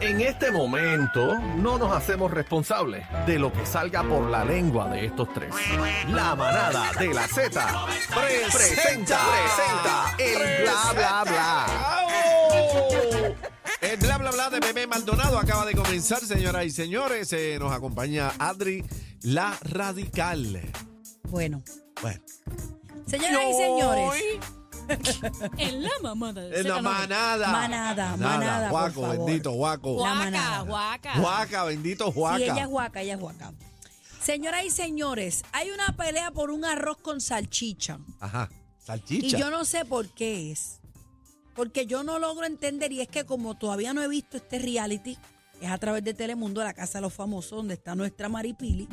En este momento no nos hacemos responsables de lo que salga por la lengua de estos tres. La manada de la Z presenta, presenta el bla bla bla. ¡Bravo! El bla bla bla de Bebé Maldonado acaba de comenzar, señoras y señores. Eh, nos acompaña Adri, la radical. Bueno, Bueno, señoras y señores, En la mamada. es Eh, la manada. Manada, manada, por Guaco, favor. bendito, guaco. Gua- Guaca, La manada. guaca. Guaca, bendito, guaca. si ella es huaca, ella es huaca. Señoras y señores, hay una pelea por un arroz con salchicha. Ajá, Y salchicha. yo no sé por qué es. Porque yo no logro entender, y es que como todavía no he visto este reality, es a través de Telemundo, la Casa de los Famosos, donde está nuestra Maripili,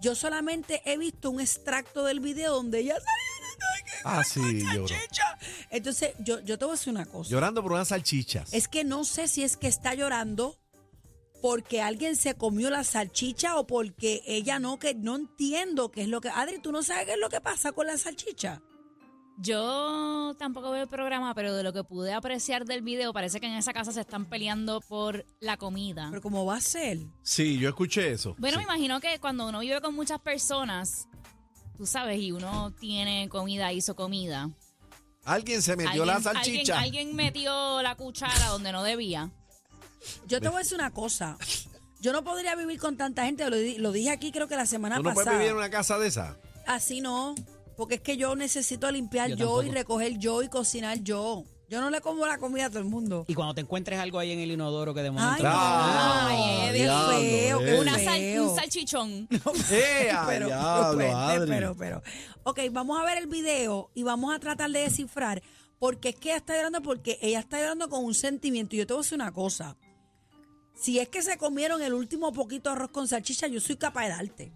yo solamente he visto un extracto del video donde ella sale Ah, sí, lloro. salchicha. Entonces, yo, yo te voy a decir una cosa. Llorando por unas salchichas. Es que no sé si es que está llorando porque alguien se comió la salchicha o porque ella no, que no entiendo qué es lo que... Adri, ¿tú no sabes qué es lo que pasa con la salchicha? Yo tampoco veo el programa, pero de lo que pude apreciar del video, parece que en esa casa se están peleando por la comida. Pero ¿cómo va a ser? Sí, yo escuché eso. Bueno, me Sí. imagino que cuando uno vive con muchas personas, tú sabes, y uno tiene comida, hizo comida. Alguien se metió la salchicha. Alguien, alguien metió la cuchara donde no debía. Yo te voy a decir una cosa. Yo no podría vivir con tanta gente, lo, di- lo dije aquí creo que la semana ¿Tú no puedes pasada. vivir en una casa de esa? Así no, porque es que yo necesito limpiar yo, y recoger yo y cocinar yo. Yo no le como la comida a todo el mundo. Y cuando te encuentres algo ahí en el inodoro que de momento... Ay, no. Ah, Ay, eh, qué diablo, feo, qué eh. Una sal- feo. un salchichón. ¡Eh, a pero, diablo, pero, Adri! pero, pero. Ok, vamos a ver el video y vamos a tratar de descifrar porque es que ella está llorando porque ella está llorando con un sentimiento. Y yo te voy a decir una cosa. Si es que se comieron el último poquito de arroz con salchicha, yo soy capaz de darte.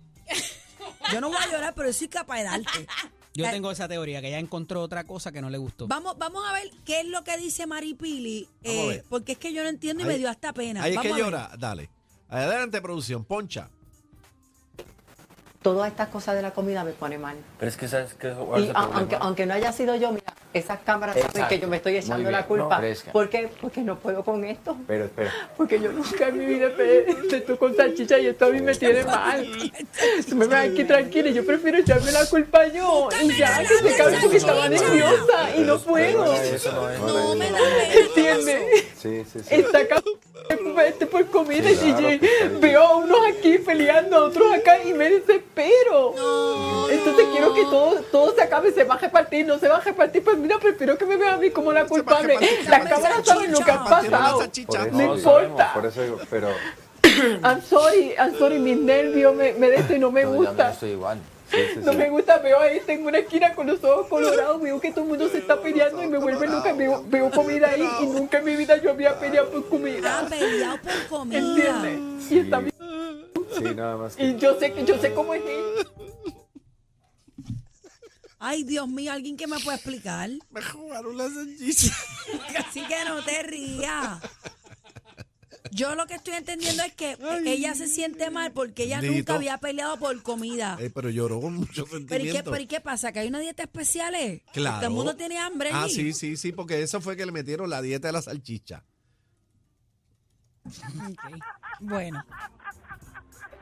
Yo no voy a llorar, pero yo soy capaz de darte. Yo Eh, tengo esa teoría, que ella encontró otra cosa que no le gustó. Vamos, vamos a ver qué es lo que dice Maripili, Vamos a eh, ver. porque es que yo no entiendo y Ahí- me dio hasta pena. Ahí es que Vamos a ver. llora. Dale. Adelante, producción. Poncha. todas estas cosas de la comida me pone mal. Pero es que sabes que Y a- aunque, aunque no haya sido yo, mira, esas cámaras saben Exacto. que yo me estoy Muy echando bien, la culpa. no crezca. ¿Por qué? Porque no puedo con esto. Pero espera. Porque yo nunca en mi vida pedí tú con salchicha y esto a mí me tiene mal. Tú me ves aquí tranquila y yo prefiero echarme la culpa yo. Y ya, que se acabe porque estaba nerviosa y no puedo. No me da pena. ¿Entiendes? Sí, sí, sí. Está este por comida Sí, claro, y pues, yo veo a unos aquí peleando, a otros acá y me desespero. Entonces quiero que todo, todo se acabe, se va a repartir, no se va a repartir. Pues mira, prefiero que me vean a mí como la Se va a culpable. repartir, Las se va a cámaras saben lo que ha repartir. Repartir pasado. una salchicha. Por eso No sabemos, importa. Por eso digo, pero I'm sorry, I'm sorry, mis nervios me, me de esto y no me no, yo también gusta. estoy igual. Sí, sí, No sí. me gusta, veo ahí, tengo una esquina con los ojos colorados, veo que todo el mundo se está peleando y me vuelve loca, veo, veo comida ahí y nunca en mi vida yo había peleado por comida. Ah, peleado por comida. ¿Entiendes? Y está bien. Sí, nada más. Y Que... yo sé que yo sé cómo es él. Ay, Dios mío, alguien que me pueda explicar. Me jugaron la salchicha. Así que no te rías. Yo lo que estoy entendiendo es que ella se siente mal porque ella Bendito. nunca había peleado por comida. Eh, pero lloró con mucho Pero ¿y, qué, sentimiento. pero ¿y qué pasa? ¿Que hay una dieta especial? eh? claro. Todo el mundo tiene hambre. Ah, allí. sí, sí, sí, porque eso fue que le metieron la dieta de la salchicha. Bueno.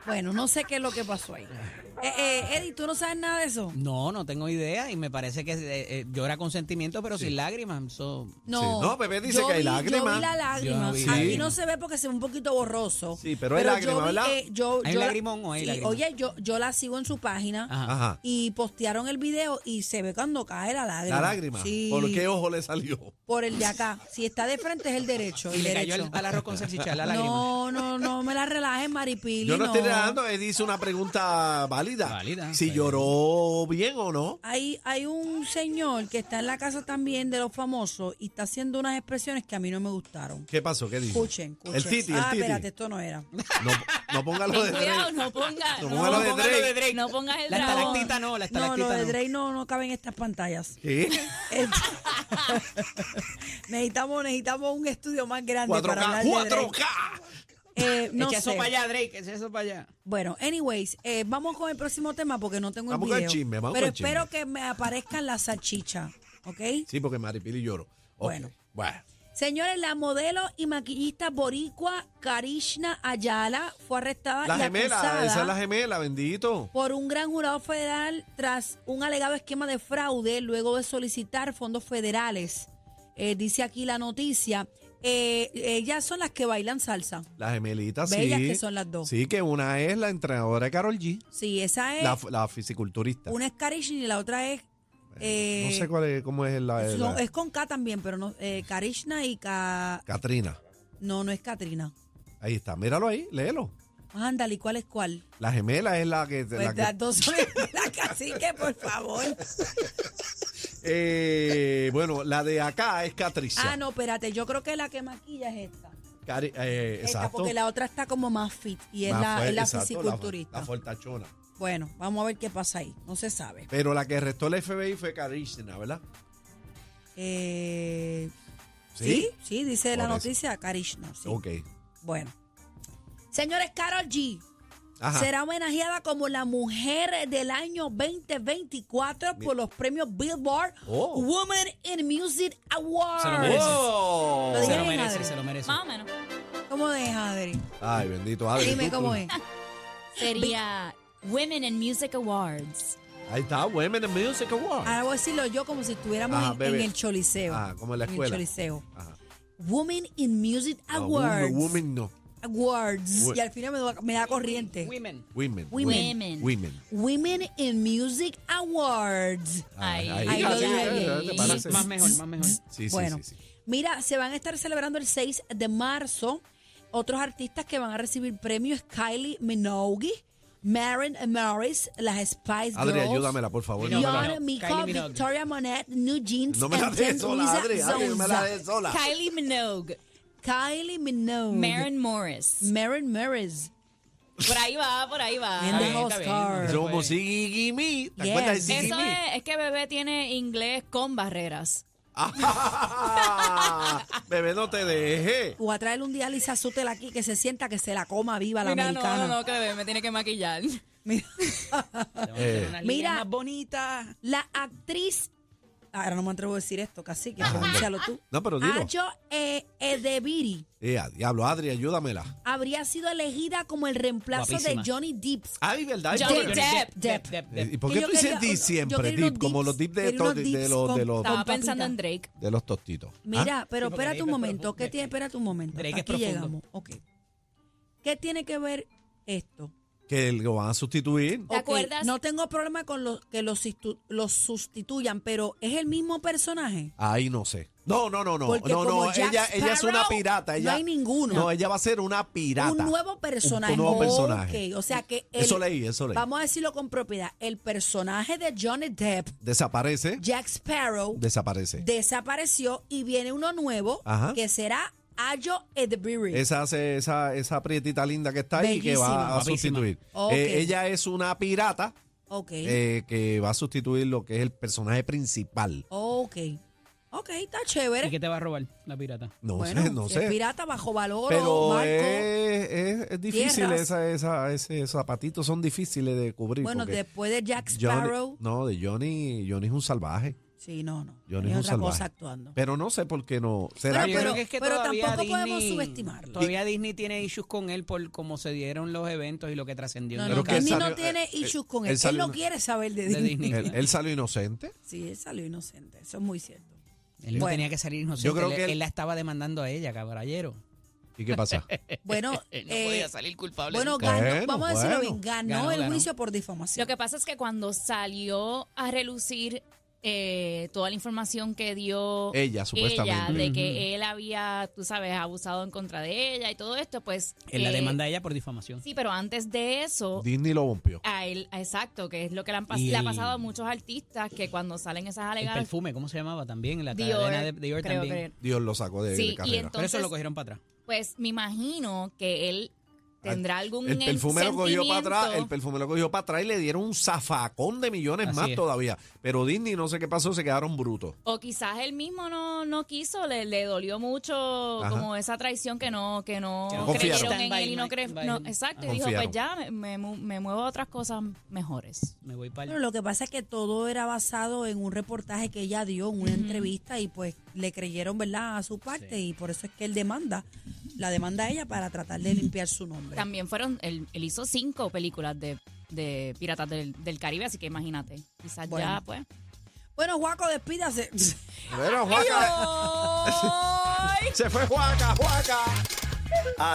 Bueno, no sé qué es lo que pasó ahí. Eh, eh, Eddie, ¿tú no sabes nada de eso? No, no tengo idea y me parece que eh, eh, llora con sentimiento pero sin lágrimas. So, No. Sí, no, Pepe dice Yo que hay vi- Yo lágrimas. vi la lágrima. Yo vi. Aquí no se ve porque se ve un poquito borroso. Sí, pero hay lágrima, yo vi, ¿verdad? eh, yo- ¿Hay yo la- lagrimón o hay Sí, lágrima? Oye, yo, yo la sigo en su página Ajá. Ajá. y postearon el video y se ve cuando cae la lágrima. La lágrima. Sí. ¿Por qué ojo le salió? Por el de acá. Si está de frente es el derecho. y el le cayó derecho. el, al arroz con salchicha la lágrima. no, no, no me la relajes, Maripili. Yo no estoy dando, él hizo una pregunta válida. Válida, Si pues. válida. lloró bien o no. Hay, hay un señor que está en la casa también de los famosos y está haciendo unas expresiones que a mí no me gustaron. ¿Qué pasó? ¿Qué dijo? Escuchen, escuchen. El titi, ah, el espérate, titi. esto no era. No, no ponga lo de Ten cuidado, Drake. no pongas. No No, ponga lo de pongas Drake. No pongas el La dragón. estalactita no, la No, lo estalactita de no. Drake no, no cabe en estas pantallas. ¿Qué? Eh, necesitamos, necesitamos un estudio más grande para 4K, hablar de Drake. 4K. Eh, no Echa eso sé. para allá, Drake, echa eso para allá. Bueno, anyways, eh, vamos con el próximo tema porque no tengo Vamos el con el video. chisme, vamos pero con el chisme. espero que me aparezcan las salchichas, ¿ok? Sí, porque Maripili lloró. Ok, Bueno. Bueno. Señores, la modelo y maquillista boricua Karishna Ayala fue arrestada La y gemela, acusada esa es la gemela, bendito. por un gran jurado federal tras un alegado esquema de fraude luego de solicitar fondos federales. Eh, dice aquí la noticia. Eh, ellas son las que bailan salsa. Las gemelitas, sí. Bellas que son las dos. Sí, que una es la entrenadora de Carol G, Sí, esa es. la, la fisiculturista. una es Karishna y la otra es. eh, no sé cuál es, cómo es la. son- la- es con K también, pero no. eh, Karishna y K. Katrina. No, no es Katrina. Ahí está, míralo ahí, léelo. Ándale, ¿y ¿cuál es cuál? La gemela es la que. la Pues que- las dos son la cacique, por favor. Eh, bueno, la de acá es Catricia. Ah, no, espérate, yo creo que la que maquilla es esta. Cari- eh, Esta, exacto. porque la otra está como más fit y es Más la, fue- es la exacto, fisiculturista. La, la fortachona. bueno, vamos a ver qué pasa ahí. No se sabe. Pero la que restó el FBI fue Karishna, ¿verdad? Eh, ¿Sí? sí, sí, dice la Por eso. noticia Karishna. sí. Ok. Bueno. Señores, Carol G. Ajá. será homenajeada como la mujer del año 2024 por los premios Billboard Oh. Women in Music Se lo Awards. merece. ¡Oh! Lo Se dije. lo Ay, merece, madre. se lo merece. Más o menos. ¿Cómo es, Adri? Ay, bendito. Adri, Dime tú- tú- cómo es. Sería Women in Music Awards. Ahí está, Women in Music Awards. Ahora voy a decirlo yo como si estuviéramos Ajá, en- en, bebé. el choliseo. Ah, como en la En el escuela. choliseo. Ajá. Women in Music No, Awards. Ah, women- women no. Awards. Wo- y al final me, da- me da corriente. Women. Women. Women. Women. Women. Women in Music Awards. Ahí, Ahí, ahí lo ya, dije ya, bien. ya, ¿Te ya. parece? Más, más mejor, más mejor. Sí, sí, bueno, sí, sí. mira, se van a estar celebrando el 6 de marzo. Otros artistas que van a recibir premios Kylie Minogue, Maren Morris, las Spice Girls. Adri, ayúdamela, por favor. No, me la- no, Dion, no. Miko, Kylie Minogue. Victoria Monet, New Jeans, no me la and Jen des sola, Luisa Adri. Adri, no me la Zonza. des sola. Kylie Minogue, Kylie Minogue, Maren Morris. Maren Morris, Por ahí va, por Ah, ahí va. and bien, the está bien. Oscar. Yo- Somos Ziggy Gimme. ¿Te acuerdas de Yes. Ziggy Eso es, Gimme? es que bebé tiene inglés con barreras. Ah, Bebé, no te deje. O a traerle un día a Lisa Sutel aquí que se sienta que se la coma viva la Mira, no, americana. no, no, que bebé me tiene que maquillar. Mira, Mira. Mira. Más bonita. la actriz, ahora no me atrevo a decir esto, casi que pronúncialo tú. No, pero dilo. Acho eh, Edebiri Eh, a diablo, Adri, ayúdamela. habría sido elegida como el reemplazo Guapísima. de Johnny Deeps. Ay, ¿verdad? Johnny Yo- Depp. Depp. Eh, ¿Y Depp. por Que qué yo tú dices quería- dip yo siempre? quería Dip, unos como los dips, dip de, quería to- unos de, los, de, dips con los, tapa. Estaba pensando papita. en Drake. de los tostitos. ¿Ah? Mira, pero Sí, espérate porque un Drake es momento. profundo. ¿Qué tiene? Espérate un momento. Drake es Aquí profundo. llegamos. Ok. ¿Qué tiene que ver esto? Ah, Que lo van a sustituir. ¿Te Ok, acuerdas? No tengo problema con los que los, sustitu- los sustituyan, pero es el mismo personaje. Ahí no sé. No, no, no, no. Porque no, como no. Jack Ella, ella es una Sparrow, pirata. Ella, no hay ninguno. No, ella va a ser una pirata. Un nuevo personaje. Un, nuevo personaje. Ok, o sea que el- Eso leí, eso leí. Vamos a decirlo con propiedad. El personaje de Johnny Depp, Desaparece. Jack Sparrow, Desaparece. desapareció y viene uno nuevo Ajá. que será Ayo Edbury. Esa, hace- esa, esa prietita linda que está ahí que va Bellísima. a sustituir. Ok. Eh, ella es una pirata Ok. eh, que va a sustituir lo que es el personaje principal. Ok. Ok, está ¿Y chévere. qué te va a robar la pirata? No bueno, sé, no es sé. pirata bajo valor, Pero barco. es, es- es difícil, tierras. esa, esa, ese- esos zapatitos son difíciles de cubrir. bueno, porque después de Jack Johnny- Sparrow. no, de Johnny, Johnny es un salvaje. Sí, no, no. Johnny es Hay un otra cosa salvaje. actuando. Pero no sé por qué no. ¿Será Bueno, que- Yo creo pero- que es que pero todavía tampoco Disney- podemos subestimarlo. Todavía Disney tiene issues con él por cómo se dieron los eventos y lo que trascendió. No, en no, el Pero que Disney caso él no salió- tiene eh, issues con él él. Él, salió no una- quiere saber de de Disney. Disney. él, él salió inocente? Sí, él salió inocente. Eso es muy cierto. Él no Bueno. tenía que salir inocente. Yo creo él, que él- él la estaba demandando a ella, caballero. ¿Y qué pasa? Bueno, eh, salir culpable. bueno, nunca. ganó, Bueno, vamos a decirlo bueno. bien, ganó, Ganó, el ganó. juicio por difamación. Lo que pasa es que cuando salió a relucir eh, toda la información que dio Ella, ella supuestamente. de que él había, tú sabes, abusado en contra de ella y todo esto, pues... Él la eh, demanda a ella por difamación. Sí, pero antes de eso, Disney lo bompeó. a él, a- exacto, que es lo que le, han pas- Y le ha el- pasado a muchos artistas que cuando salen esas El ah, alegaciones... perfume, ¿cómo se llamaba? También, la Dior, cadena de Dior creo también. que- Dios lo sacó de, de Sí, y carrera. Pero eso entonces, lo cogieron para atrás. pues me imagino pues, que él tendrá algún El perfume lo cogió para atrás, el sentimiento. perfume lo cogió para atrás y le dieron un zafacón de millones Así más es. todavía. Pero Disney no sé qué pasó, se quedaron brutos. O quizás él mismo no, no quiso, le, le dolió mucho Ajá. como esa traición que no, que no, Que no confiaron. creyeron en Stand by él y no my- cre- by no, him. Exacto, y Ajá. dijo, pues Confiaron. ya me, me mu- me muevo a otras cosas mejores. Me voy para Bueno, lo que pasa es que todo era basado en un reportaje que ella dio, en una entrevista, y pues le creyeron, ¿verdad?, a su parte, y por eso es que él demanda, la demanda a ella para tratar de limpiar su nombre. También fueron, él, él hizo cinco películas de, de Piratas del, del Caribe, así que imagínate. Quizás Bueno. ya, pues. Bueno, Juaco, despídase. Pero Juaca, se fue Juaca, Juaca.